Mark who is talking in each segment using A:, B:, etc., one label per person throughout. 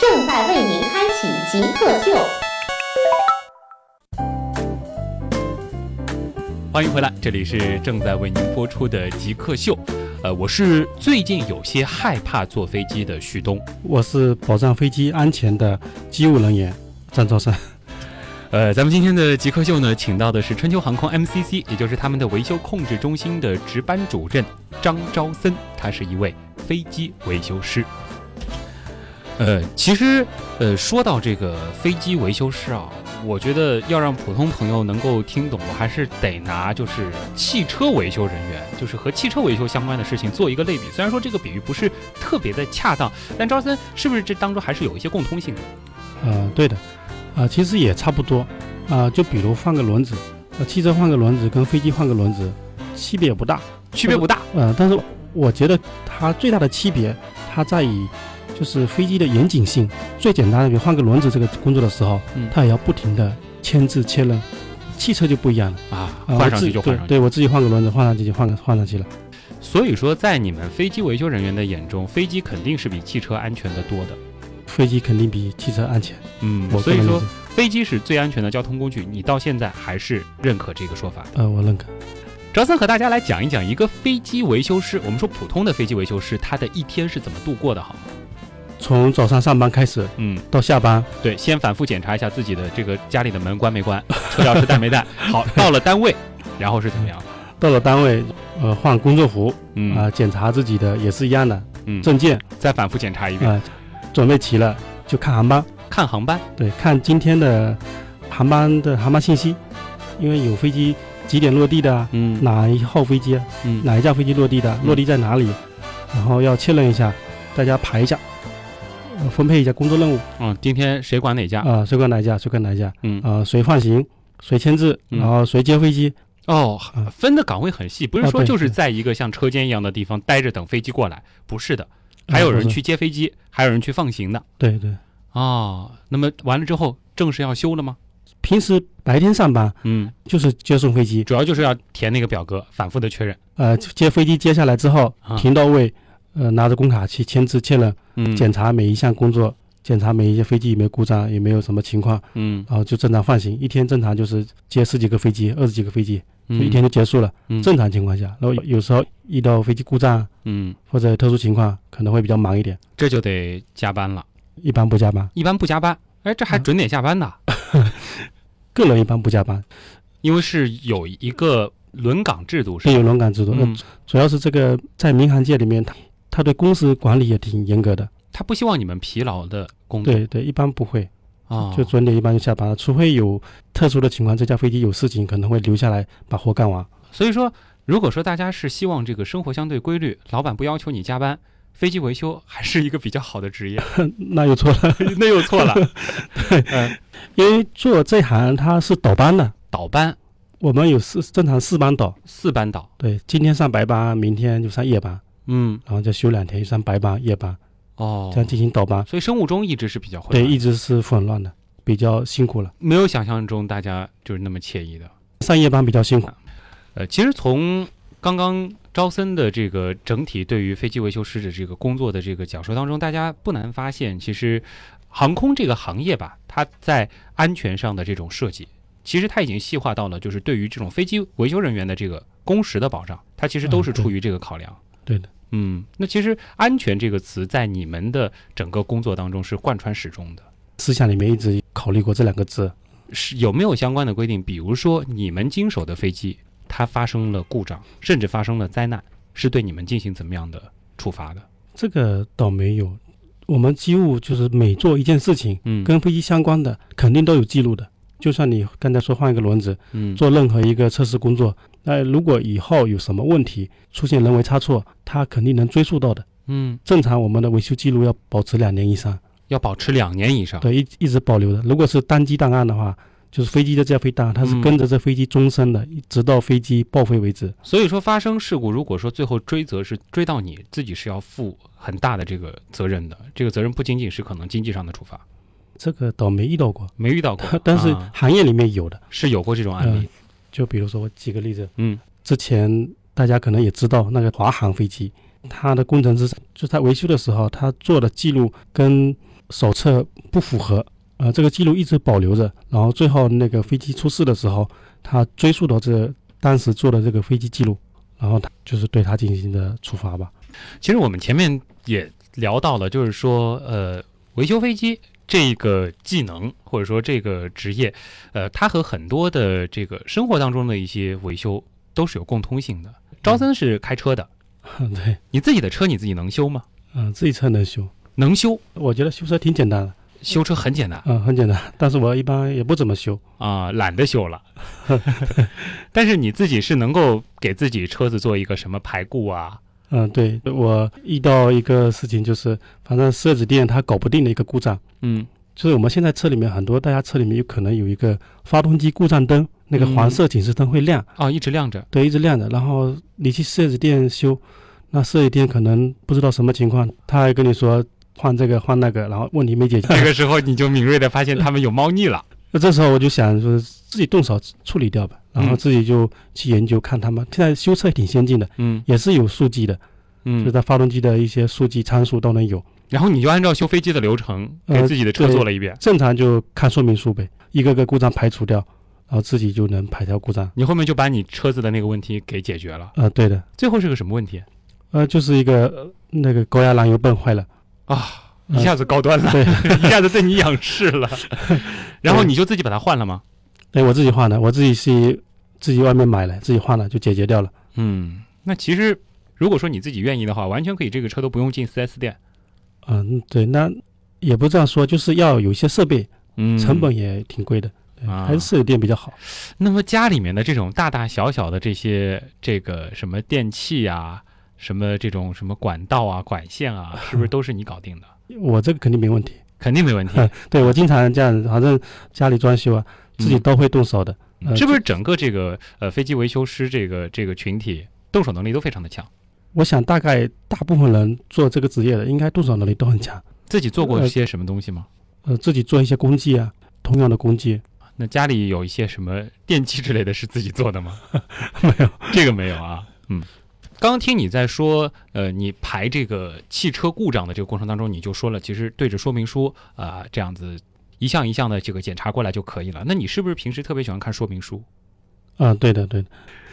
A: 正在为您开启极客秀，
B: 欢迎回来，这里是正在为您播出的极客秀。呃，我是最近有些害怕坐飞机的旭东。
C: 我是保障飞机安全的机务人员张超生。
B: 呃，咱们今天的极客秀呢，请到的是春秋航空 MCC，也就是他们的维修控制中心的值班主任张昭森，他是一位飞机维修师。呃，其实，呃，说到这个飞机维修师啊，我觉得要让普通朋友能够听懂，我还是得拿就是汽车维修人员，就是和汽车维修相关的事情做一个类比。虽然说这个比喻不是特别的恰当，但昭森是不是这当中还是有一些共通性的？
C: 呃，对的，啊、其实也差不多，啊、就比如换个轮子，呃，汽车换个轮子跟飞机换个轮子区别不大，
B: 区别不大。
C: 呃，但是我觉得它最大的区别，它在于就是飞机的严谨性。最简单的，比如换个轮子这个工作的时候，
B: 嗯
C: 它也要不停的签字确认。汽车就不一样了，
B: 啊，
C: 啊
B: 换上
C: 我
B: 去
C: 自己
B: 就换
C: 对
B: 上去。
C: 对，我自己换个轮子，换上去就换个换上去了。
B: 所以说，在你们飞机维修人员的眼中，飞机肯定是比汽车安全的多的。
C: 飞机肯定比汽车安全，
B: 嗯
C: 我
B: 所
C: 个
B: 以
C: 人
B: 说
C: 认，
B: 飞机是最安全的交通工具。你到现在还是认可这个说法的。
C: 呃，我认可。
B: 张森和大家来讲一讲一个飞机维修师，我们说普通的飞机维修师，他的一天是怎么度过的，好吗？
C: 从早上上班开始
B: 嗯，
C: 到下班，
B: 对，先反复检查一下自己的这个家里的门关没关， 车钥匙带没带。好，到了单位，然后是怎么样？
C: 到了单位，呃，换工作服
B: 嗯
C: 啊、检查自己的也是一样的
B: 嗯，
C: 证件啊、
B: 再反复检查一
C: 啊
B: 遍，
C: 准备齐了就看航班，
B: 看航班。
C: 对，看今天的航班的航班信息，因为有飞机几点落地的啊，
B: 嗯
C: 哪一号飞机啊，
B: 嗯
C: 哪一架飞机落地的，落地在哪里，然后要确认一下，大家排一下，呃分配一下工作任务
B: 嗯，今天谁管哪家？
C: 啊、谁管哪一架，谁管哪一架，
B: 嗯
C: 啊，谁放行，谁签字，
B: 嗯
C: 然后谁接飞机，
B: 哦
C: 嗯，
B: 分的岗位很细，不是
C: 啊
B: 说
C: 对
B: 就是
C: 对
B: 在一个像车间一样的地方待着等飞机过来，不是的，还有
C: 嗯
B: 人
C: 不是
B: 去接飞机，还有人去放行的
C: 对对。
B: 哦。那么完了之后，正式要休了吗？
C: 平时白天上班
B: 嗯，
C: 就是接送飞机，
B: 主要就是要填那个表格，反复的确认。
C: 呃，接飞机接下来之后
B: 啊
C: 停到位，呃，拿着工卡去签字确认，
B: 嗯
C: 检查每一项工作，检查每一些飞机有没有故障，有没有什么情况，
B: 嗯，
C: 然后就正常放行。一天正常就是接十几个飞机、二十几个飞机，就一天就结束了。
B: 嗯
C: 正常情况下，然后有时候遇到飞机故障
B: 嗯，
C: 或者特殊情况，可能会比较忙一点，
B: 这就得加班了，
C: 一般不加班，
B: 一般不加班。哎，这还
C: 嗯
B: 准点下班呢，
C: 个人一般不加班，
B: 因为是有一个轮岗制度，是
C: 更有
B: 吧？
C: 轮岗制度。那呃
B: 嗯，
C: 主要是这个在民航界里面，他他对公司管理也挺严格的。
B: 他不希望你们疲劳的工作
C: 对对，一般不会，
B: 啊，
C: 就准点一般就下班了，除非有特殊的情况，这架飞机有事情可能会留下来把活干完。
B: 所以说，如果说大家是希望这个生活相对规律，老板不要求你加班，飞机维修还是一个比较好的职 业，
C: 那又错了，
B: 那又错了。嗯，
C: 因为做这行它是倒班的，
B: 倒班
C: 我们有四正常四班倒，
B: 四班倒，
C: 对，今天上白班，明天就上夜班，
B: 嗯，
C: 然后再休两天就上白班、夜班，
B: 哦
C: 这，样进行倒班，
B: 所以生物钟一直是比较混
C: 对，
B: 乱的，
C: 一直是混乱的，比较辛苦了。
B: 没有想象中大家就是那么惬意的。
C: 上夜班比较辛苦，
B: 呃，其实从刚刚招森的这个整体对于飞机维修师的这个工作的这个讲述当中，大家不难发现，其实航空这个行业吧，它在安全上的这种设计，其实它已经细化到了就是对于这种飞机维修人员的这个工时的保障，它其实都
C: 嗯
B: 是
C: 对
B: 出于这个考量。
C: 对的。
B: 嗯，那其实“安全”这个词在你们的整个工作当中是贯穿始终的。
C: 思想里面一直考虑过这两个字。
B: 是有没有相关的规定？比如说，你们经手的飞机它发生了故障，甚至发生了灾难，是对你们进行怎么样的处罚的？
C: 这个倒没有，我们机务就是每做一件事情，
B: 嗯
C: 跟飞机相关的肯定都有记录的。就算你刚才说换一个轮子，
B: 嗯
C: 做任何一个测试工作，那如果以后有什么问题出现人为差错，它肯定能追溯到的。
B: 嗯
C: 正常我们的维修记录要保持两年以上，
B: 要保持两年以上。
C: 对，一一直保留的。如果是单机档案的话，就是飞机的这架飞机档案，它是
B: 嗯
C: 跟着这飞机终身的，一直到飞机报废为止。
B: 所以说发生事故，如果说最后追责是追到你自己，是要负很大的这个责任的。这个责任不仅仅是可能经济上的处罚，
C: 这个倒没遇到过，，
B: 没遇到过
C: 但是
B: 啊
C: 行业里面有的。
B: 是有过这种案例。
C: 就比如说我举个例子，
B: 嗯
C: 之前大家可能也知道那个华航飞机，它的工程师就是他维修的时候，他做的记录跟手册不符合，呃，这个记录一直保留着，然后最后那个飞机出事的时候，他追溯到这当时做的这个飞机记录，然后他就是对他进行的处罚吧。
B: 其实我们前面也聊到了，就是说，呃，维修飞机这个技能或者说这个职业，呃，它和很多的这个生活当中的一些维修都是有共通性的。招森是开车的，
C: 对，
B: 你自己的车你自己能修吗？
C: 嗯、自己车能修，
B: 能修，
C: 我觉得修车挺简单的，
B: 修车很简单
C: 嗯、很简单，但是我一般也不怎么修。
B: 啊、懒得修了。但是你自己是能够给自己车子做一个什么排故啊？
C: 嗯，对我遇到一个事情，就是反正四 S 店它搞不定的一个故障，
B: 嗯，
C: 就是我们现在车里面很多大家车里面有可能有一个发动机故障灯，那
B: 嗯
C: 个黄色警示灯会亮，
B: 哦，一直亮着。
C: 对，一直亮着。然后你去四 S 店修，那四 S 店可能不知道什么情况，他还跟你说换这个换那个，然后问题没解 决。
B: 这个时候你就敏锐的发现他们有猫腻了。
C: 那这时候我就想说自己动手处理掉吧，然后
B: 嗯
C: 自己就去研究看他们现在修车也挺先进的，
B: 嗯
C: 也是有数据的，就
B: 嗯
C: 是，它发动机的一些数据参数都能有。
B: 然后你就按照修飞机的流程，
C: 呃
B: 给自己的车
C: 对
B: 做了一遍。
C: 正常就看说明书呗，一个个故障排除掉，然后自己就能排掉故障。
B: 你后面就把你车子的那个问题给解决了。
C: 呃，对的，
B: 最后是个什么问题
C: 呃，就是一个呃那个高压燃油泵 坏了，
B: 啊？
C: 嗯
B: 一下子高端 了，
C: 对
B: 一下子对你仰视 了。然后你就自己把它换了吗？
C: 对哎我自己换的，我自己是自己外面买了，自己换了就解决掉了。
B: 嗯，那其实如果说你自己愿意的话，完全可以这个车都不用进 4S 店。
C: 嗯、对，那也不这样说，就是要有一些设备，
B: 嗯，
C: 成本也挺贵的，对
B: 啊
C: 还是四 S 店比较好。
B: 那么家里面的这种大大小小的这些这个什么电器啊，什么这种什么管道啊、管线 啊，是不是都是你搞定的？
C: 我这个肯定没问题，
B: 肯定没问题。
C: 对我经常这样，反正家里装修啊，自己
B: 嗯
C: 都会动手的。呃
B: 是不是整个这个呃飞机维修师这个这个群体动手能力都非常的强？
C: 我想大概大部分人做这个职业的，应该动手能力都很强。
B: 自己做过
C: 呃
B: 一些什么东西吗？
C: 呃，自己做一些工具啊，通用的工具，
B: 那家里有一些什么电器之类的是自己做的吗？
C: 没有，
B: 这 个没有啊。嗯，刚刚听你在说，呃，你排这个汽车故障的这个过程当中，你就说了，其实对着说明书啊、这样子一项一项的这个检查过来就可以了。那你是不是平时特别喜欢看说明书？
C: 嗯，对的，对的，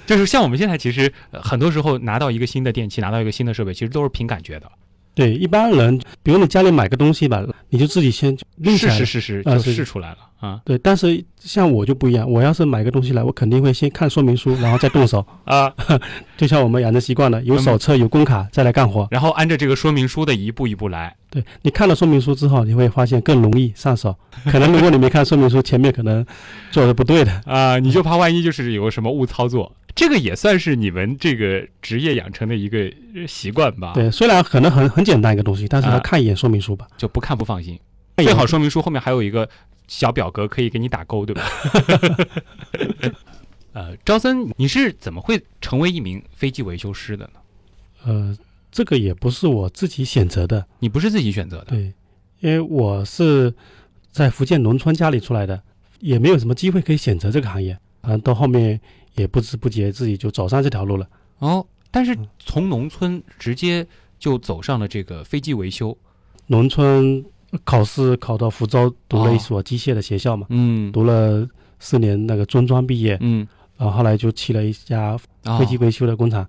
B: 就是像我们现在其实、呃很多时候拿到一个新的电器，拿到一个新的设备，其实都是凭感觉的，
C: 对，一般人，比如你家里买个东西吧，你就自己先拎起
B: 试
C: 来。
B: 试试试
C: 啊
B: 就是试出来了啊
C: 对，但是像我就不一样，我要是买个东西来，我肯定会先看说明书，然后再 动手，
B: 啊，
C: 就像我们养成习惯了，有手册有工卡再来干活。
B: 然后按照这个说明书的一步一步来。
C: 对你看了说明书之后，你会发现更容易上手。可能如果你没看说明书，前面可能做的不对的。
B: 啊、你就怕万一就是有个什么误操作，这个也算是你们这个职业养成的一个呃习惯吧？，
C: 对，虽然可能很很简单一个东西，但是
B: 啊
C: 要看一眼说明书吧。
B: 就不看不放心。
C: 哎
B: 最好说明书后面还有一个小表格可以给你打勾，对吧？ 呃，招森，你是怎么会成为一名飞机维修师的呢？
C: 呃，这个也不是我自己选择的，
B: 你不是自己选择的，
C: 对，因为我是在福建农村家里出来的，也没有什么机会可以选择这个行业，啊，到后面也不知不觉自己就走上这条路了。
B: 哦，但是从农村直接就走上了这个飞机维修，
C: 农村考试考到福州，读了一所机械的学校嘛，
B: 嗯
C: 读了四年那个中专毕业，
B: 嗯，
C: 然后后来就去了一家
B: 啊、
C: 飞机维修的工厂，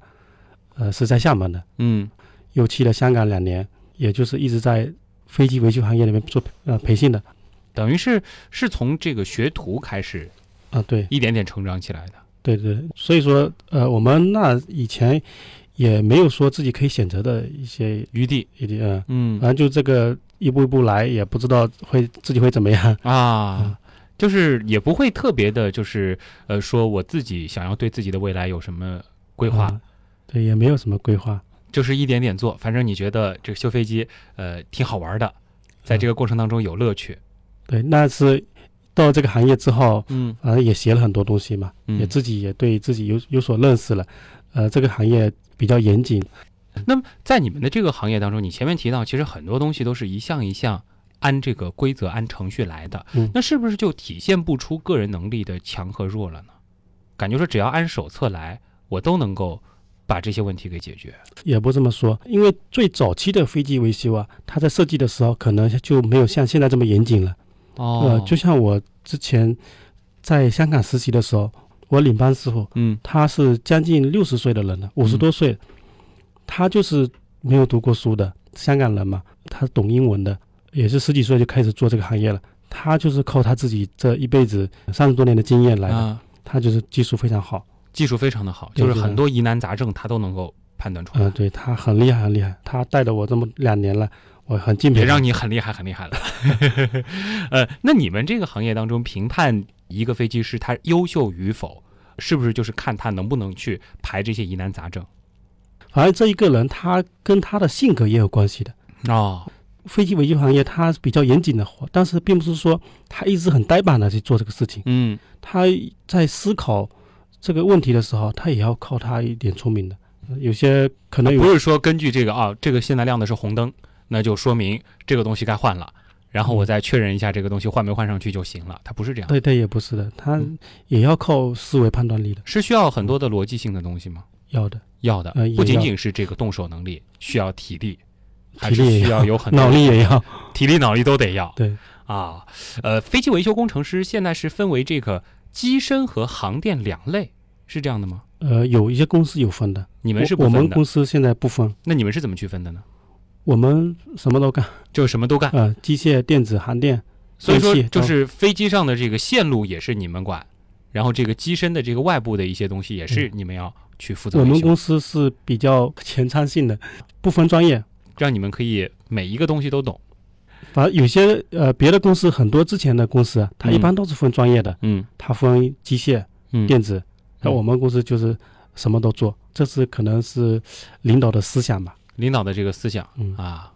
C: 呃，是在厦门的，
B: 嗯，
C: 又去了香港两年，也就是一直在飞机维修行业里面做呃培训的。
B: 等于是是从这个学徒开始
C: 啊，对，
B: 一点点成长起来的。
C: 对对，所以说，呃，我们那以前也没有说自己可以选择的一些
B: 余地，
C: 一点，嗯，
B: 嗯
C: 反正就这个一步一步来，也不知道会自己会怎么样。
B: 啊
C: 嗯，
B: 就是也不会特别的，就是呃，说我自己想要对自己的未来有什么规划，
C: 嗯对，也没有什么规划。
B: 就是一点点做。反正你觉得这个修飞机，呃，挺好玩的，在
C: 嗯
B: 这个过程当中有乐趣。
C: 对，那是到这个行业之后，
B: 嗯
C: 反正也学了很多东西嘛，也
B: 嗯，
C: 自己也对自己有有所认识了。呃，这个行业比较严谨，
B: 那么在你们的这个行业当中，你前面提到，其实很多东西都是一项一项按这个规则、按程序来的，
C: 嗯
B: 那是不是就体现不出个人能力的强和弱了呢？感觉说只要按手册来，我都能够把这些问题给解决。
C: 也不这么说，因为最早期的飞机维修啊，它在设计的时候可能就没有像现在这么严谨了。呃
B: 哦，，
C: 就像我之前在香港实习的时候，我领班师傅
B: 嗯
C: 他是将近六十岁的人了，五十
B: 嗯
C: 多岁，他就是没有读过书的香港人嘛，他懂英文的，也是十几岁就开始做这个行业了。他就是靠他自己这一辈子三十多年的经验来的，
B: 啊，
C: 他就是技术非常好，
B: 技术非常的好，
C: 对
B: 就是
C: 对
B: 很多疑难杂症他都能够判断出
C: 嗯、
B: 来，
C: 对他很厉害很厉害，他带了我这么两年了，我很敬佩
B: 也
C: 他。
B: 让你很厉害很厉害了。 呃，那你们这个行业当中评判一个飞机师他优秀与否，是不是就是看他能不能去排这些疑难杂症？
C: 反正这一个人他跟他的性格也有关系的。
B: 哦，
C: 飞机维修行业它比较严谨的活，但是并不是说他一直很呆板的去做这个事情。
B: 嗯，
C: 他在思考这个问题的时候，他也要靠他一点聪明的。呃有些可能有
B: 不是说根据这个啊，这个现在亮的是红灯，那就说明这个东西该换了，然后我再确认一下这个东西换没换上去就行了。它不是这样的，
C: 嗯对对也不是的，他
B: 嗯
C: 也要靠思维判断力的，
B: 是需要很多的逻辑性的东西吗？
C: 要的
B: 要的
C: 呃也，
B: 不仅
C: 要
B: 仅是这个动手能力，需要体力，还
C: 体力
B: 是
C: 也
B: 需
C: 要
B: 有很多
C: 脑力也要。
B: 体力、脑力都得要。
C: 对，
B: 啊，呃，飞机维修工程师现在是分为这个机身和航电两类，是这样的吗？
C: 呃，有一些公司有分的，
B: 你们是
C: 我
B: 不
C: 我们
B: 分的
C: 公，司现在不分，
B: 那你们是怎么区分的呢？
C: 我们什么都干，
B: 就什么都干，
C: 呃，嗯机械、电子、航电，
B: 所以
C: 电
B: 说
C: 器啊
B: 就
C: 都
B: 是飞机上的这个线路也是你们管，然后这个机身的这个外部的一些东西也是你们要去负责
C: 嗯我
B: 维修，
C: 们公司是比较前瞻性的，不分专业。
B: 让你们可以每一个东西都懂。
C: 反正有些呃别的公司，很多之前的公司啊，它一
B: 嗯
C: 般都是分专业的，
B: 嗯
C: 它分机械、
B: 嗯，
C: 电子。那
B: 嗯
C: 我们公司就是什么都做，这是可能是领导的思想吧。
B: 领导的这个思想
C: 嗯
B: 啊。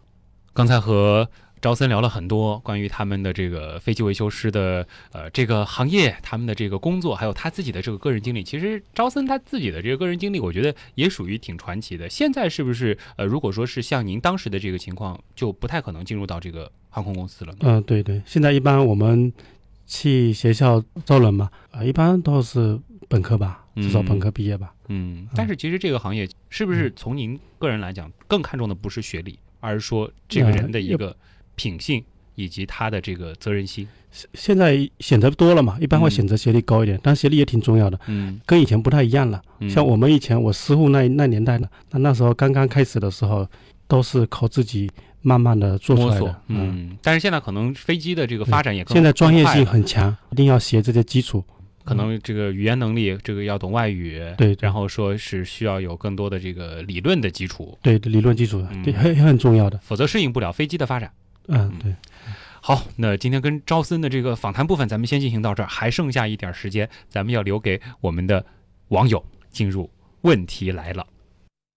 B: 刚才和招森聊了很多关于他们的这个飞机维修师的呃这个行业，他们的这个工作，还有他自己的这个个人经历。其实招森他自己的这个个人经历，我觉得也属于挺传奇的。现在是不是呃，如果说是像您当时的这个情况，就不太可能进入到这个航空公司了呢？
C: 嗯、对对，现在一般我们去学校招人嘛，啊、一般都是本科吧，至少本科毕业吧。
B: 嗯，但是其实这个行业是不是从您个人来讲，更看重的不是学历，而是说这个人的一个品性以及他的这个责任心？
C: 现现在选择多了嘛，一般
B: 嗯
C: 会选择学历高一点，但学历也挺重要的，
B: 嗯，
C: 跟以前不太一样了。
B: 嗯
C: 像我们以前我师傅那那年代的，那那时候刚刚开始的时候，都是靠自己慢慢的做出
B: 摸
C: 来
B: 索
C: 的。，
B: 嗯，但是现在可能飞机的这个发展也更
C: 现在专业性
B: 更快了
C: 很强，一定要学这些基础。
B: 可能这个语言能力，这个要懂外语，
C: 对对
B: 然后说是需要有更多的这个理论的基础，
C: 对理论基础
B: 嗯，
C: 对很很重要的。
B: 否则适应不了飞机的发展。
C: 嗯
B: 嗯，
C: 对，
B: 好，那今天跟招森的这个访谈部分，咱们先进行到这儿，还剩下一点时间，咱们要留给我们的网友进入问题来了。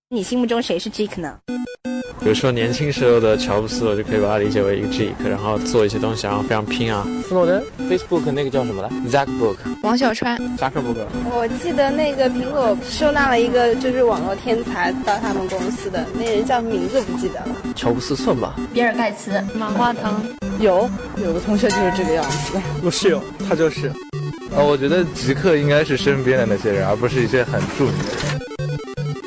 D: 你心目中谁是 Jake 呢？
E: 比如说年轻时候的乔布斯，我就可以把它理解为一个 geek，然后做一些东西，然后非常拼啊。斯诺登，Facebook 那个叫什么来？Zack Book，
F: 王小川，
E: 扎克伯格。
G: 我记得那个苹果收纳了一个就是网络天才到他们公司的那人叫名字不记得了。
E: 乔布斯算吧。
F: 比尔盖茨，马化腾。
G: 有有个同学就是这个样子。
H: 我室友，他就是。呃，我觉得极客应该是身边的那些人，而不是一些很著名的人。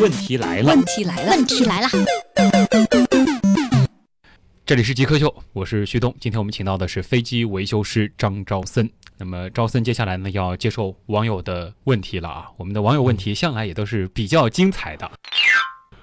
B: 问题来了，
D: 问题来了，问题来了。
B: 这里是极客秀，我是旭东。今天我们请到的是飞机维修师张昭森。那么昭森接下来呢要接受网友的问题了啊，我们的网友问题向来也都是比较精彩的。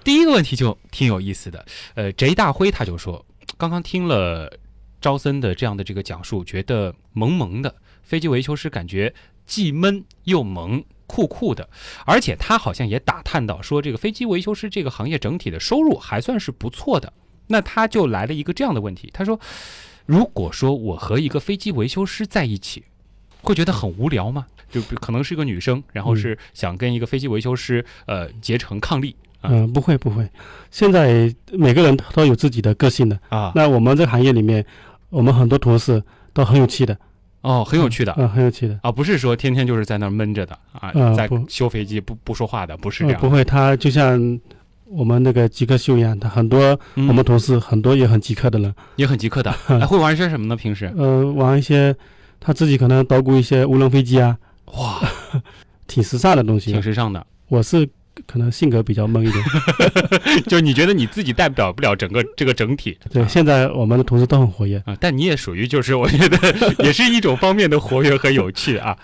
B: 第一个问题就挺有意思的，呃，翟大辉他就说，刚刚听了昭森的这样的这个讲述，觉得萌萌的，飞机维修师感觉既闷又萌，酷酷的，而且他好像也打探到说，这个飞机维修师这个行业整体的收入还算是不错的。那他就来了一个这样的问题，他说：“如果说我和一个飞机维修师在一起，会觉得很无聊吗？就比可能是个女生，然后是想跟一个飞机维修师呃结成伉俪啊
C: 嗯，不会不会，现在每个人都有自己的个性的。
B: 啊，
C: 那我们这个行业里面，我们很多同事都很有趣的，
B: 哦，很有趣的。
C: 嗯，很有趣的。
B: 啊，不是说天天就是在那儿闷着的啊，
C: 嗯
B: 在
C: 不
B: 修飞机不不说话的，不是这
C: 嗯，
B: 样
C: 不
B: 的。
C: 会，他就像我们那个极客秀一样，他很多
B: 嗯
C: 我们嗯同事很多也很极客的人，
B: 也很极客的，哎，会玩些什么呢？平时
C: 呃，玩一些他自己可能捣鼓一些无人飞机啊，
B: 哇，
C: 挺时尚的东西
B: 挺。时尚 的。
C: 我是可能性格比较闷一 点，
B: 就是你觉得你自己代表不了整个这个整体，
C: 对，现在我们的同事都很活跃。
B: 啊，但你也属于就是我觉得也是一种方面的活跃和有趣啊。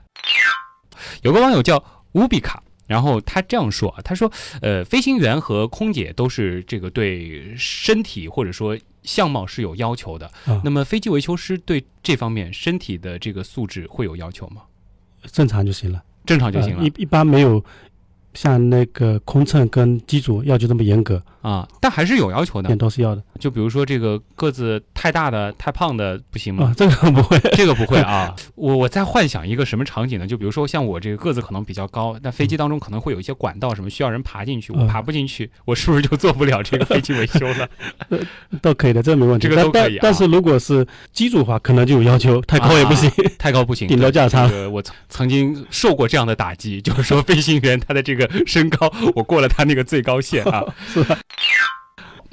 B: 有个网友叫乌比卡，然后他这样说啊，他说，呃，飞行员和空姐都是这个对身体或者说相貌是有要求的，
C: 啊
B: 那么飞机维修师对这方面身体的这个素质会有要求吗？
C: 正常就行了，
B: 正常就行
C: 呃
B: 了、
C: 一一般没有像那个空乘跟机组要求这么严格，
B: 啊，但还是有要求
C: 也
B: 的。
C: 都是要的
B: 就比如说这个个子太大的、太胖的不行吗？
C: 啊。这个不会，
B: 这个不会啊，我我在幻想一个什么场景呢？就比如说像我这个个子可能比较高，但飞机当中可能会有一些管道什么需要人爬进去，我
C: 嗯
B: 爬不进去，我是不是就做不了这个飞机维修 了？
C: 都可以的，这没问题。
B: 这个
C: 但
B: 都可以啊
C: 但但是如果是机组的话，可能就有要求，太高也不行。
B: 太高不行，
C: 顶到架上
B: 对这个我曾曾经受过这样的打击， 就是说飞行员他的这个身高，我过了他那个最高线啊。
C: 是吧？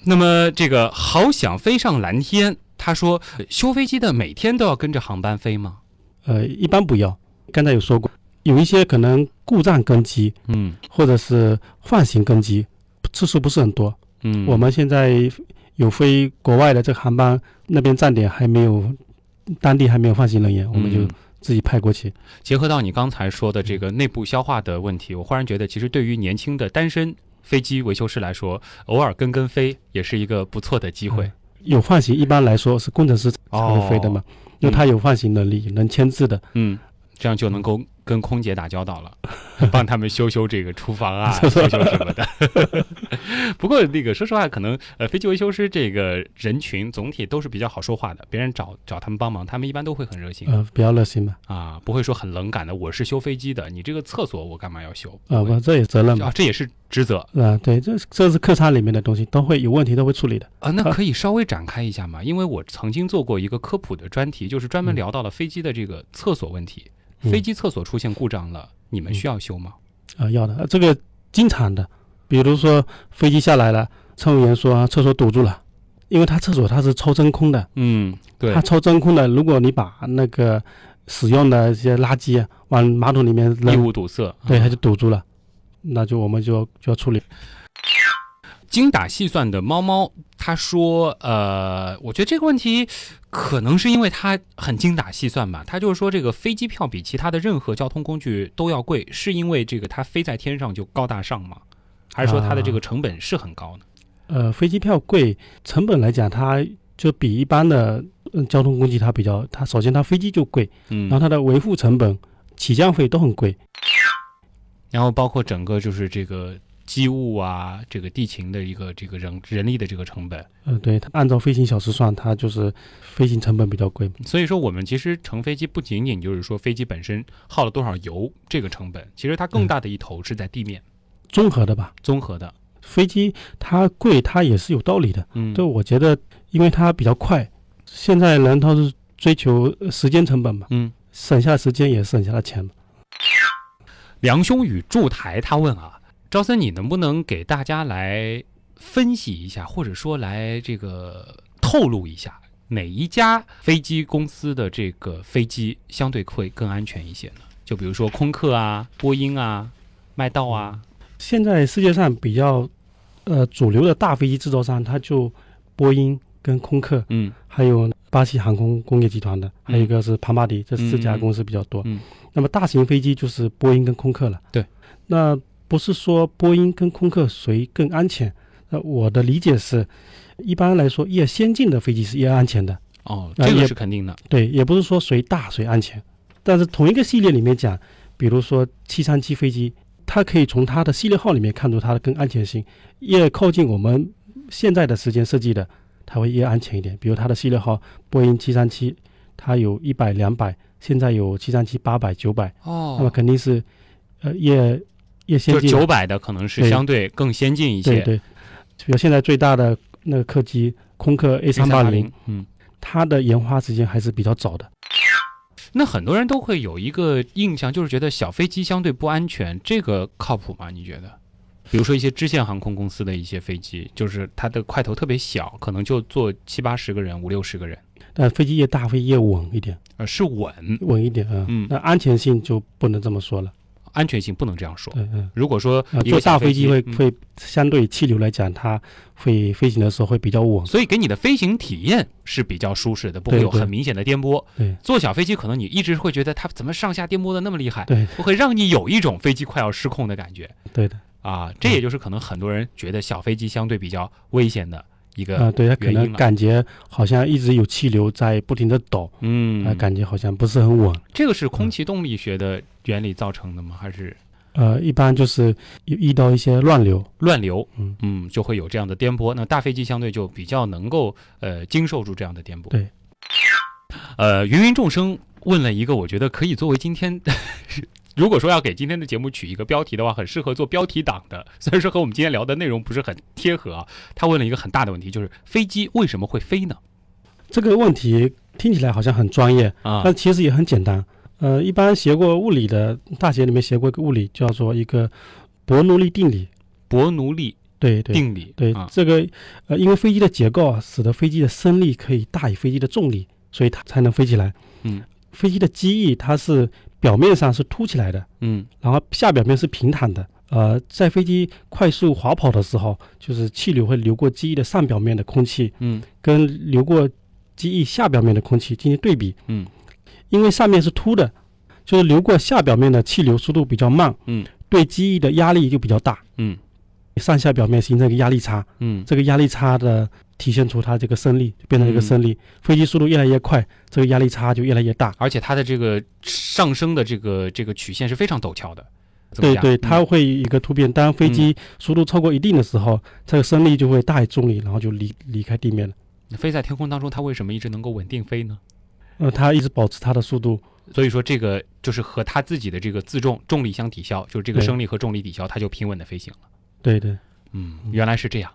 B: 那么这个好想飞上蓝天，他说呃修飞机的每天都要跟着航班飞吗？
C: 呃，一般不要。刚才有说过，有一些可能故障跟机
B: 嗯
C: 或者是换行跟机，次数不是很多。
B: 嗯，
C: 我们现在有飞国外的这个航班，那边站点还没有，当地还没有换行人员，我们就
B: 嗯
C: 自己派过去。
B: 结合到你刚才说的这
C: 嗯
B: 个内部消化的问题，我忽然觉得，其实对于年轻的单身飞机维修师来说，偶尔跟跟飞也是一个不错的机会。
C: 有换行，一般来说嗯是工程师才
B: 哦
C: 会飞的嘛，因为他有换行能力，能签字的，
B: 嗯，这样就能够跟空姐打交道了， 帮他们修修这个厨房 啊，修修什么的。 不过那个说实话，可能呃飞机维修师这个人群总体都是比较好说话的，别人找找他们帮忙，他们一般都会很热心、
C: 呃，比较热心嘛。
B: 啊，不会说很冷感的。我是修飞机的，你这个厕所我干嘛要修？
C: 啊，
B: 不会
C: 不，这也责任嘛
B: 啊，。这也是职责。
C: 啊，对，这这是客舱里面的东西，都会有问题都会处理的。
B: 啊，那
C: 它
B: 可以稍微展开一下吗？因为我曾经做过一个科普的专题，就是专门
C: 嗯
B: 聊到了飞机的这个厕所问题。
C: 嗯
B: 飞机厕所出现故障了，你们需要修吗？
C: 啊，要的，呃这个经常的。比如说飞机下来了，乘务员说、啊厕所堵住了，因为他厕所它是抽真空的，
B: 嗯，对
C: 它，抽真空的，如果你把那个使用的一些垃圾啊往马桶里面
B: 异
C: 扔，
B: 物堵塞。
C: 对，它
B: 嗯
C: 就堵住了，那就我们就就要处理。
B: 精打细算的猫猫，他说，呃，我觉得这个问题可能是因为他很精打细算吧。他就是说，这个飞机票比其他的任何交通工具都要贵，是因为这个它飞在天上就高大上吗？还是说它的这个成本是很高呢？
C: 呃，飞机票贵，成本来讲，它就比一般的、嗯交通工具它比较，它首先它飞机就贵，
B: 嗯
C: 然后它的维护成本、起降费都很贵。
B: 然后包括整个就是这个机务啊，这个地勤的一个这个人人力的这个成本。
C: 嗯，对，它按照飞行小时算，它就是飞行成本比较贵。
B: 所以说，我们其实乘飞机不仅仅就是说飞机本身耗了多少油这个成本，其实它更大的一头是在地面
C: 综合的吧，
B: 综合的。
C: 飞机它贵，它也是有道理的。
B: 嗯，
C: 对，我觉得因为它比较快，现在人都是追求呃时间成本嘛，
B: 嗯。
C: 省下时间也省下了钱嘛。
B: 梁兄与驻台他问啊，招森，你能不能给大家来分析一下，或者说来这个透露一下，哪一家飞机公司的这个飞机相对会更安全一些呢？就比如说空客啊、波音啊、麦道啊，
C: 现在世界上比较呃主流的大飞机制造商，它就波音跟空客，
B: 嗯
C: 还有巴西航空工业集团的，还有一个是庞巴迪，这四
B: 嗯
C: 家
B: 嗯嗯
C: 公司比较多。
B: 嗯
C: 那么大型飞机就是波音跟空客了。
B: 对，
C: 那不是说波音跟空客谁更安全？那我的理解是，一般来说，越先进的飞机是越安全的。
B: 哦，
C: 那
B: 这个
C: 呃也
B: 是肯定的，
C: 对，也不是说谁大谁安全，但是同一个系列里面讲，比如说七三七飞机，它可以从它的系列号里面看出它的更安全性，越靠近我们现在的时间设计的，它会越安全一点。比如它的系列号波音七三七，它有一哦百、两百，现在有七三七八百、九百，那么
B: 哦，
C: 肯定是，呃，越也先
B: 就
C: 进。
B: 九百的可能是
C: 对
B: 相对更先进一
C: 对
B: 些。
C: 对，比如现在最大的那个客机空客 A 三八零，
B: A380，嗯，
C: 它的研发时间还是比较早的。
B: 那很多人都会有一个印象，就是觉得小飞机相对不安全，这个靠谱吗？你觉得？比如说一些支线航空公司的一些飞机，就是它的块头特别小，可能就坐七八十个人、五六十个人，
C: 但飞机越大，飞机越稳一点，
B: 呃，是稳，
C: 稳一点啊。
B: 嗯
C: 那安全性就不能这么说了。
B: 安全性不能这样说。
C: 对，嗯。
B: 如果说
C: 啊，
B: 一个
C: 坐大
B: 小飞
C: 飞机会
B: 嗯
C: 会相对气流来讲，它会飞行的时候会比较稳。
B: 所以给你的飞行体验是比较舒适的，不会
C: 对
B: 有
C: 对
B: 很明显的颠簸。
C: 对
B: 坐小飞机可能你一直会觉得它怎么上下颠簸的那么厉害，
C: 对
B: 不会让你有一种飞机快要失控的感觉
C: 对的，
B: 啊。这也就是可能很多人觉得小飞机相对比较危险的一个，
C: 啊，对，它可
B: 原因
C: 能
B: 了
C: 感觉好像一直有气流在不停的抖，
B: 嗯，
C: 啊，感觉嗯好像不是很稳。
B: 这个是空气动力学的原理造成的吗？还是
C: 呃，一般就是遇遇到一些乱流，
B: 乱流？
C: 嗯
B: 就会有这样的颠簸。那大飞机相对就比较能够呃经受住这样的颠簸。
C: 对，
B: 呃，芸芸众生问了一个，我觉得可以作为今天。 如果说要给今天的节目取一个标题的话，很适合做标题党的。虽然说和我们今天聊的内容不是很贴合啊，他问了一个很大的问题，就是飞机为什么会飞呢？
C: 这个问题听起来好像很专业，
B: 啊，
C: 但其实也很简单。呃，一般学过物理的，大学里面学过一个物理，叫做一个伯努利定理。
B: 伯努利
C: 对对
B: 定理，
C: 对，
B: 啊，
C: 这个呃，因为飞机的结构啊，使得飞机的升力可以大于飞机的重力，所以它才能飞起来。
B: 嗯，
C: 飞机的机翼它是表面上是凸起来的，
B: 嗯，
C: 然后下表面是平坦的。呃，在飞机快速滑跑的时候，就是气流会流过机翼的上表面的空气，
B: 嗯，
C: 跟流过机翼下表面的空气进行对比，
B: 嗯，
C: 因为上面是凸的，就是流过下表面的气流速度比较慢，
B: 嗯，
C: 对机翼的压力就比较大，
B: 嗯，
C: 上下表面形成一个压力差，
B: 嗯，
C: 这个压力差的体现出它这个升力，就变成一个
B: 嗯
C: 升力，飞机速度越来越快，这个压力差就越来越大。
B: 而且它的这个上升的这个这个曲线是非常陡峭的。怎么
C: 对
B: 讲
C: 对，
B: 嗯
C: 它会有一个突变。当飞机速度超过一定的时候，这个升力就会大于重力，然后就离离开地面了。
B: 飞在天空当中，它为什么一直能够稳定飞呢？
C: 呃，它一直保持它的速度。
B: 所以说，这个就是和它自己的这个自重重力相抵消，就是这个
C: 对
B: 升力和重力抵消，它就平稳的飞行了。
C: 对对，
B: 嗯，原来是这样。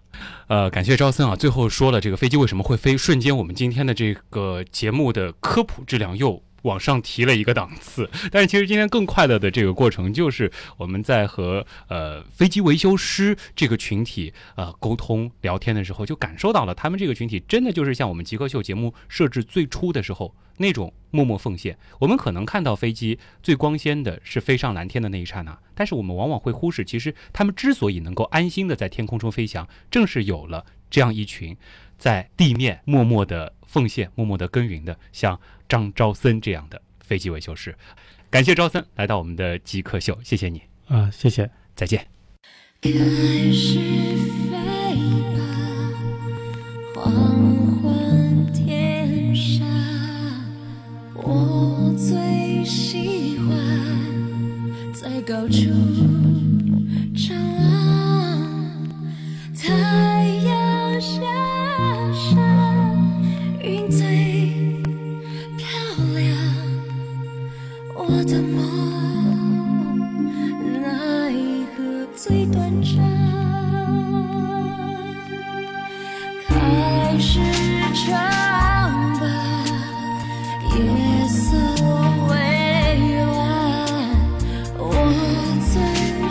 B: 呃，感谢赵森啊，最后说了这个飞机为什么会飞，瞬间我们今天的这个节目的科普质量又。往上提了一个档次，但是其实今天更快乐的这个过程，就是我们在和呃飞机维修师这个群体呃沟通聊天的时候，就感受到了他们这个群体真的就是像我们极客秀节目设置最初的时候那种默默奉献。我们可能看到飞机最光鲜的是飞上蓝天的那一刹那，但是我们往往会忽视，其实他们之所以能够安心的在天空中飞翔，正是有了这样一群在地面默默的奉献、默默的耕耘的，像张昭森这样的飞机维修师。感谢昭森来到我们的极客秀，谢谢你，
C: 啊、谢谢。
B: 再见。
I: 开始飞吧，黄昏天上，我最喜欢在高处张望。太阳下山，云最漂亮，我的梦。奈何最短暂。开始唱吧，夜色未晚，我最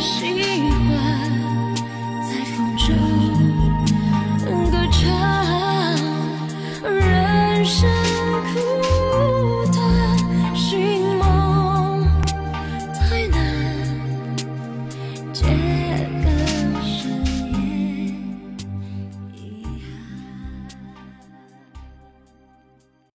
I: 喜欢在风中歌唱。人生